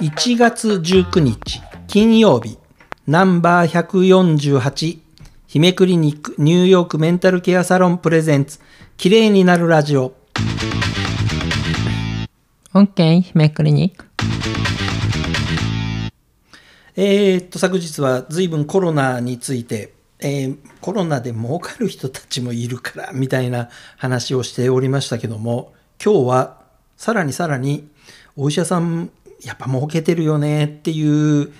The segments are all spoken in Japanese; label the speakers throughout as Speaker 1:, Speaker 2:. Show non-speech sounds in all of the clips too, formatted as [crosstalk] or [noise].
Speaker 1: 1月19日金曜日ナンバー148姫クリニックニューヨークメンタルケアサロンプレゼンツ綺麗になるラジオ
Speaker 2: OK、姫クリニック。
Speaker 1: えーっと昨日は随分コロナについて、えーコロナで儲かる人たちもいるからみたいな話をしておりましたけども今日はさらにさらにお医者さんやっぱ儲けてるよねっていう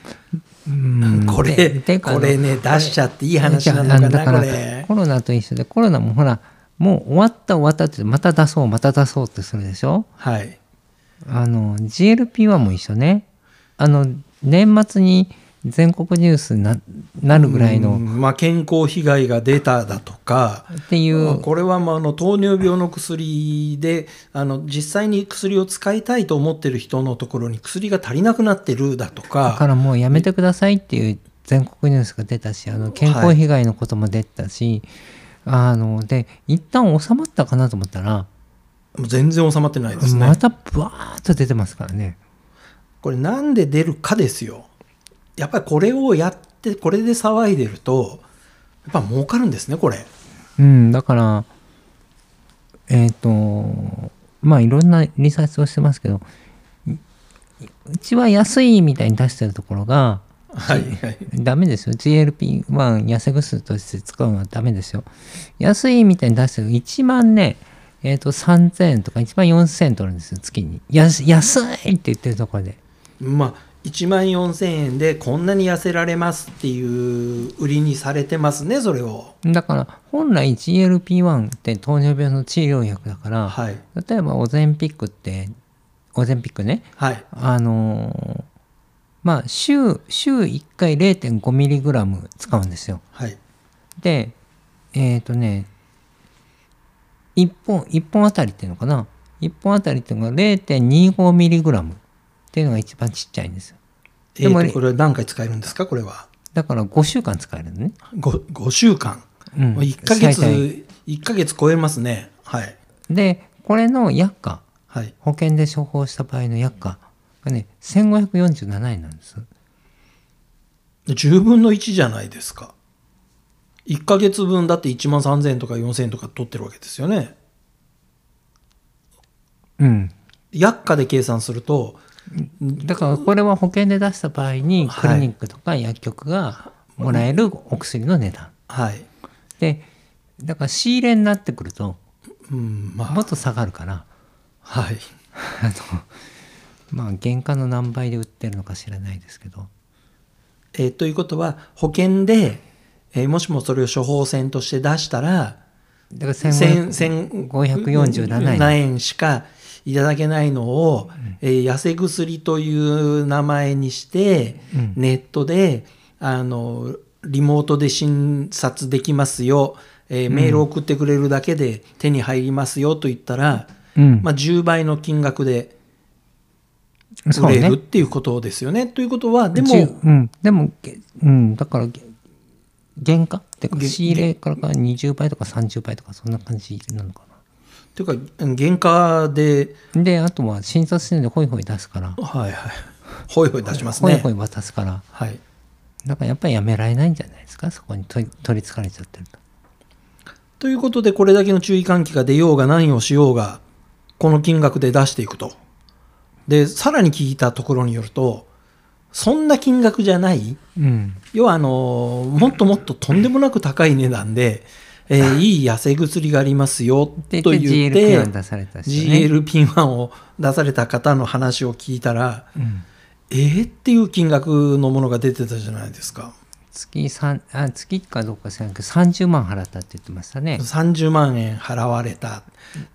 Speaker 1: こ
Speaker 2: で
Speaker 1: れ
Speaker 2: で
Speaker 1: これね
Speaker 2: あの
Speaker 1: 出しちゃっていい話なのか
Speaker 2: だ
Speaker 1: な
Speaker 2: ら
Speaker 1: これ
Speaker 2: コロナと一緒で、コロナもほら、もう終わった終わったって、また出そう、また出そうってするでしょ
Speaker 1: はい
Speaker 2: あの、GLP-1 も一緒ね。あの、年末に全国ニュースにななるぐらいの、
Speaker 1: うんまあ、健康被害が出ただとか
Speaker 2: ってい
Speaker 1: まあ
Speaker 2: う、
Speaker 1: これはまああの糖尿病の薬であの実際に薬を使いたいと思ってる人のところに薬が足りなくなってるだと
Speaker 2: だか
Speaker 1: から
Speaker 2: もうやめてくださいっていう全国ニュースが出たし、あの、健
Speaker 1: は
Speaker 2: 康
Speaker 1: い
Speaker 2: 被害のことも出たし、あの、で、一旦収まったかなと思ったら、
Speaker 1: もう全然収まってないですね、
Speaker 2: またブワーッと出てますからね。
Speaker 1: これなんで出るかですよやっぱりこれをやってこれで騒いでるとやっぱ儲かるんですねこれ
Speaker 2: うん、だから、えっ、と、まあいろんなリサーチをしてますけど、いうちは安いみたいに出してるところが、
Speaker 1: はいはい
Speaker 2: ダメですよ。GLP-1 痩せ薬として使うのはダメですよ。安いみたいに出してる1万ね、えっ、と3000円とか1万4000円取るんですよ、月に。やす安いって言ってるところで。
Speaker 1: まあ1万4000円でこんなに痩せられますっていう売りにされてますねそれを
Speaker 2: だから本来 GLP-1 って糖尿病の治療薬だから、
Speaker 1: はい
Speaker 2: 例えばオゼンピックってオゼンピックね
Speaker 1: はい
Speaker 2: あのーまあ週週1回 0.5mg 使うんですよ
Speaker 1: はい
Speaker 2: でえっ、とね1本1本あたりっていうのかな1本あたりっていうのが 0.25mg っていうのが一番ちっちゃいんですよ
Speaker 1: え
Speaker 2: でも
Speaker 1: ー、とこれは何回使えるんですかこれは
Speaker 2: だから5週間使えるのね、
Speaker 1: 5, 5週間、
Speaker 2: う
Speaker 1: もう1ヶ
Speaker 2: 最大
Speaker 1: 月一ヶ月超えますねはい
Speaker 2: でこれの薬価
Speaker 1: はい
Speaker 2: 保険で処方した場合の薬価がね1547円なんです
Speaker 1: 10分の1じゃないですか1ヶ月分だって1万3000円とか4000円とか取ってるわけですよね
Speaker 2: うん
Speaker 1: 薬価で計算すると
Speaker 2: だからこれは保険で出した場合に
Speaker 1: はい
Speaker 2: クリニックとか薬局がもらえるお薬の値段、
Speaker 1: はい
Speaker 2: でだから仕入れになってくると
Speaker 1: うんま
Speaker 2: も
Speaker 1: あ
Speaker 2: っと下がるから
Speaker 1: はい
Speaker 2: あのまあ原価の何倍で売ってるのか知らないですけど
Speaker 1: えーということは保険で、えーもしもそれを処方箋として出したら
Speaker 2: だから
Speaker 1: 千
Speaker 2: 1500
Speaker 1: 千
Speaker 2: 547円
Speaker 1: 何円しかいただけないのを、えー痩せ薬という名前にして、
Speaker 2: うん
Speaker 1: ネットであのリモートで診察できますよ、えーメール送ってくれるだけで手に入りますよと言ったら、
Speaker 2: うん
Speaker 1: まあ、10倍の金額で
Speaker 2: そう
Speaker 1: 売れ
Speaker 2: ね
Speaker 1: るっていうことですよね。ということはで
Speaker 2: じゅ
Speaker 1: も
Speaker 2: う、うん、でもげうんだからげ原価っていうか
Speaker 1: げ
Speaker 2: 仕入れからから20倍とか30倍とかそんな感じなのか
Speaker 1: というか原価で
Speaker 2: なであとは診察室でホイホイ出すから、
Speaker 1: はいはいホイホイ出します
Speaker 2: ホイ
Speaker 1: ね
Speaker 2: ホ。イ渡すから
Speaker 1: はい
Speaker 2: だからやっぱりやめられないんじゃないですかそこにとり取りつかれちゃってると
Speaker 1: ということで、これだけの注意喚起が出ようが何をしようが、この金額で出していくと。で、さらに聞いたところによると、そんな金額じゃない、
Speaker 2: うん
Speaker 1: 要はあの、もっともっととんでもなく高い値段で、えーいい痩せ薬がありますよ
Speaker 2: で
Speaker 1: と言って、
Speaker 2: GLP-1 出されたし、ね
Speaker 1: GLP-1 を出された方の話を聞いたら、
Speaker 2: うん、
Speaker 1: えー、っていう金額のものが出てたじゃないですか。
Speaker 2: 月三あ月かどうか知らんけど30万払ったって言ってましたね
Speaker 1: 30万円払われた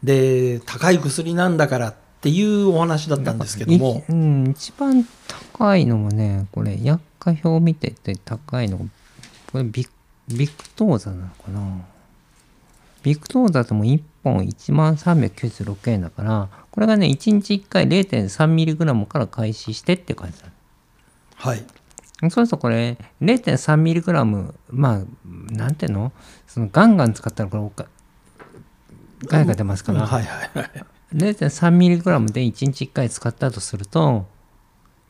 Speaker 1: で高い薬なんだからっていうお話だったんですけども
Speaker 2: いうん、一番高いのもねこれ薬価表見てて高いのこれビビクトーザなのかなビクトーザとも1本1万396円だからこれがね1日1回 0.3mg から開始してって感じだ
Speaker 1: はい
Speaker 2: そうするとこれ 0.3mg まあなんていうのそのガンガン使ったらこれおか害が出ますから、
Speaker 1: はいはいはい
Speaker 2: 0.3mg で1日1回使ったとすると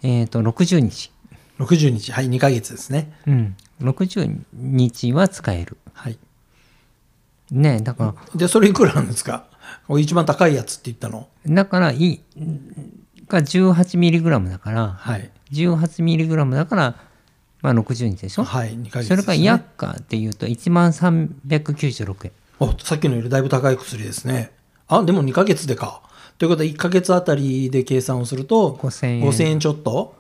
Speaker 2: えっ、と、60日。
Speaker 1: 60日はい2ヶ月ですね
Speaker 2: うん。60日は使える。
Speaker 1: はい
Speaker 2: ねだから、
Speaker 1: でそれいくらなんですかこれ一番高いやつって言ったの
Speaker 2: だから、い、が 18mg だから、
Speaker 1: はい
Speaker 2: 18mg だから、まあ60日でしょ、
Speaker 1: はい2ヶ月です、
Speaker 2: そ
Speaker 1: ね、
Speaker 2: れから、薬価っていうと、1396円。
Speaker 1: おさっきのよりだいぶ高い薬ですねあでも2ヶ月でかということは1ヶ月あたりで計算をすると
Speaker 2: 5000円
Speaker 1: 5000円ちょっと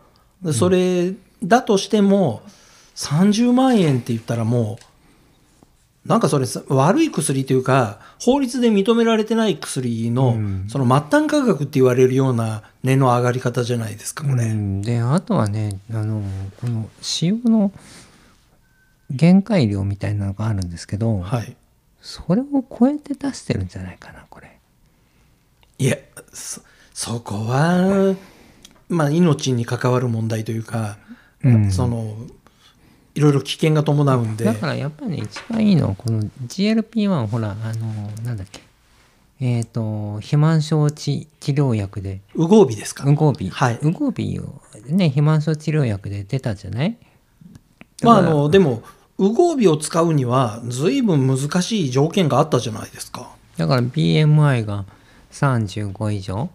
Speaker 1: でそれだとしても30万円って言ったらもうなんかそれさ悪い薬というか法律で認められてない薬の、
Speaker 2: うん
Speaker 1: その末端価格って言われるような値の上がり方じゃないですかこれ、
Speaker 2: うん、であとはねあのこの塩の限界量みたいなのがあるんですけど、
Speaker 1: はい
Speaker 2: それを超えて出してるんじゃないかなこれ
Speaker 1: いやそそこは、まあ、命に関わる問題というか、
Speaker 2: うん
Speaker 1: そのいろいろ危険が伴うんで
Speaker 2: だからやっぱりね一番いいのはこの GLP-1 ほらあのなんだっけえっ、と肥満症治治療薬で
Speaker 1: うごうびですか、
Speaker 2: ウゴービー、
Speaker 1: はい
Speaker 2: ウゴービーをね肥満症治療薬で出たじゃない
Speaker 1: まあ、あ
Speaker 2: だから
Speaker 1: のでもうごうびを使うには随分難しい条件があったじゃないですか
Speaker 2: だから BMI が35以上
Speaker 1: はい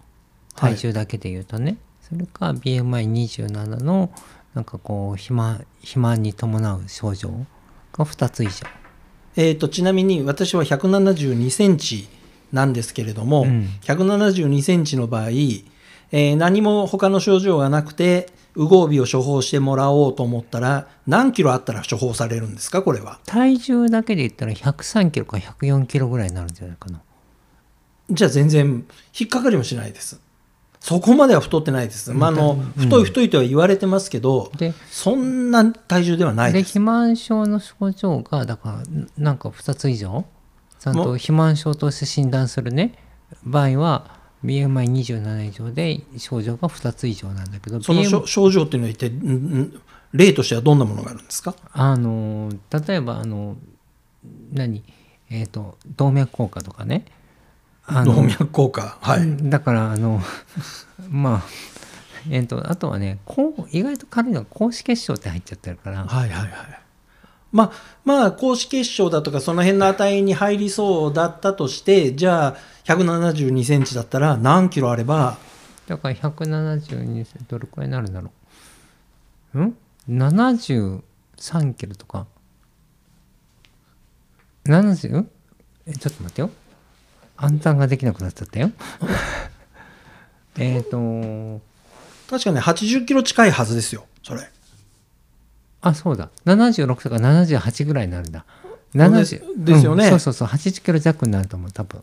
Speaker 2: 体重だけで言うとね、それか BMI27 のなんかこう肥満肥満に伴う症状が2つ以上、
Speaker 1: えー、とちなみに私は1 7 2ンチなんですけれども、
Speaker 2: うん
Speaker 1: 1 7 2ンチの場合、えー何も他の症状がなくてうごうびを処方してもらおうと思ったら何キロあったら処方されるんですかこれは
Speaker 2: 体重だけで言ったら103キロから104キロぐらいになるんじゃないかな
Speaker 1: じゃあ全然引っかかりもしないですそこまでは太ってないです、まあ、あの太い太いとは言われてますけど、
Speaker 2: で
Speaker 1: そんな体重ではない
Speaker 2: で
Speaker 1: です
Speaker 2: 肥満症の症状がだからんなんか2つ以上ちゃんと
Speaker 1: も
Speaker 2: 肥満症として診断するね場合は BMI27 以上で症状が2つ以上なんだけど
Speaker 1: その症症状っていうのは一体んん例としてはどんなものがあるんですか
Speaker 2: あの例えばあの何えっ、と動脈硬化とかねあ
Speaker 1: 動
Speaker 2: の
Speaker 1: 脈硬化はい、
Speaker 2: だからあの [laughs] まあえっ、とあとはねこう意外と軽いのは高脂血症って入っちゃってるから
Speaker 1: はいはいはい。まあ、まあ、高脂血症だとか、その辺の値に入りそうだったとして、じゃあ、172センチだったら何キロあれば、
Speaker 2: だから172どれくらいになるんだろうん73キロとか 70? えちょっと待ってよ暗算ができなくなっちゃっ
Speaker 1: [laughs]
Speaker 2: たよえっと
Speaker 1: 確かね、80キロ近いはずですよ、それ。
Speaker 2: あそうだ76とか78ぐらいになるんだ
Speaker 1: そうです
Speaker 2: 70
Speaker 1: ですよね
Speaker 2: うんそうそうそう80キロ弱になると思う多分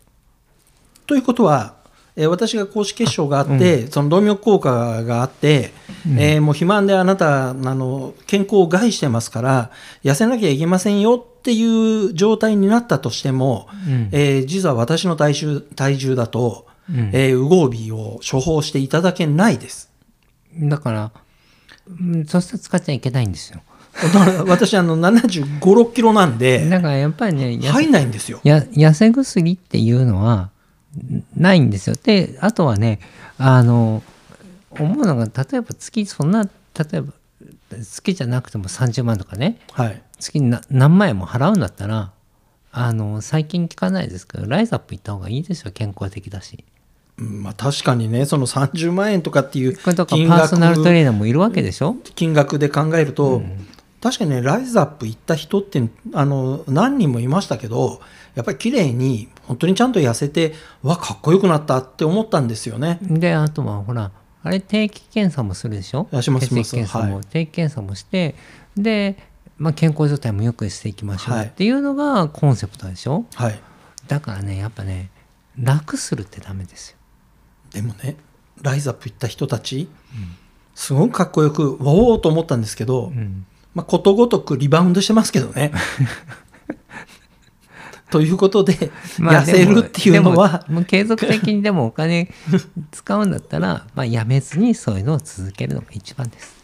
Speaker 1: ということは、えー私が高脂血症があって、その動脈硬化があって、えーもう肥満であなたあの健康を害してますから痩せなきゃいけませんよっていう状態になったとしても、
Speaker 2: うん
Speaker 1: えー実は私の体重体重だと、
Speaker 2: うん
Speaker 1: えーウゴービーを処方していただけないです。 [laughs]
Speaker 2: だから、うん、そうしたら使っちゃいけないんですよ
Speaker 1: だから私あの75、6キロなんで
Speaker 2: だからやっぱりね痩せ
Speaker 1: 入んないんですよ。
Speaker 2: や痩せ薬っていうのはんないんですよ。であとはねあの思うのが例えば月そんな例えば月じゃなくても30万とかね
Speaker 1: はい。
Speaker 2: 月にな何万円も払うんだったらあの最近聞かないですけどライザップ行った方がいいですよ健康的だし。
Speaker 1: うんまあ確かにねその30万円とかっていう
Speaker 2: これとか
Speaker 1: 金
Speaker 2: パーソナルト
Speaker 1: 額
Speaker 2: レーナーもいるわけでしょ、
Speaker 1: 金額で考えると、確かにねライズアップ行った人ってあの何人もいましたけどやっぱり綺麗に本当にちゃんと痩せてうわかっこよくなったって思ったんですよね。
Speaker 2: であとはほらあれ定期検査もするでしょ
Speaker 1: あします
Speaker 2: 血
Speaker 1: しま
Speaker 2: 液
Speaker 1: す
Speaker 2: 検査も、
Speaker 1: はい
Speaker 2: 定期検査もしてで、まあ、健康状態もよくしていきましょう
Speaker 1: はい
Speaker 2: っていうのがコンセプトでしょ、
Speaker 1: はい、
Speaker 2: だからねやっぱね楽するってダメですよ
Speaker 1: でもねライズアップ行った人たち、すごくかっこよくわおーと思ったんですけど、
Speaker 2: ん
Speaker 1: まあ、ことごとくリバウンドしてますけど
Speaker 2: [laughs]
Speaker 1: ね。ということで、
Speaker 2: まあ
Speaker 1: 痩せるっていうのは
Speaker 2: でもでももう継続的にでもお金使うんだったら、まあ、やめずにそういうのを続けるのが一番です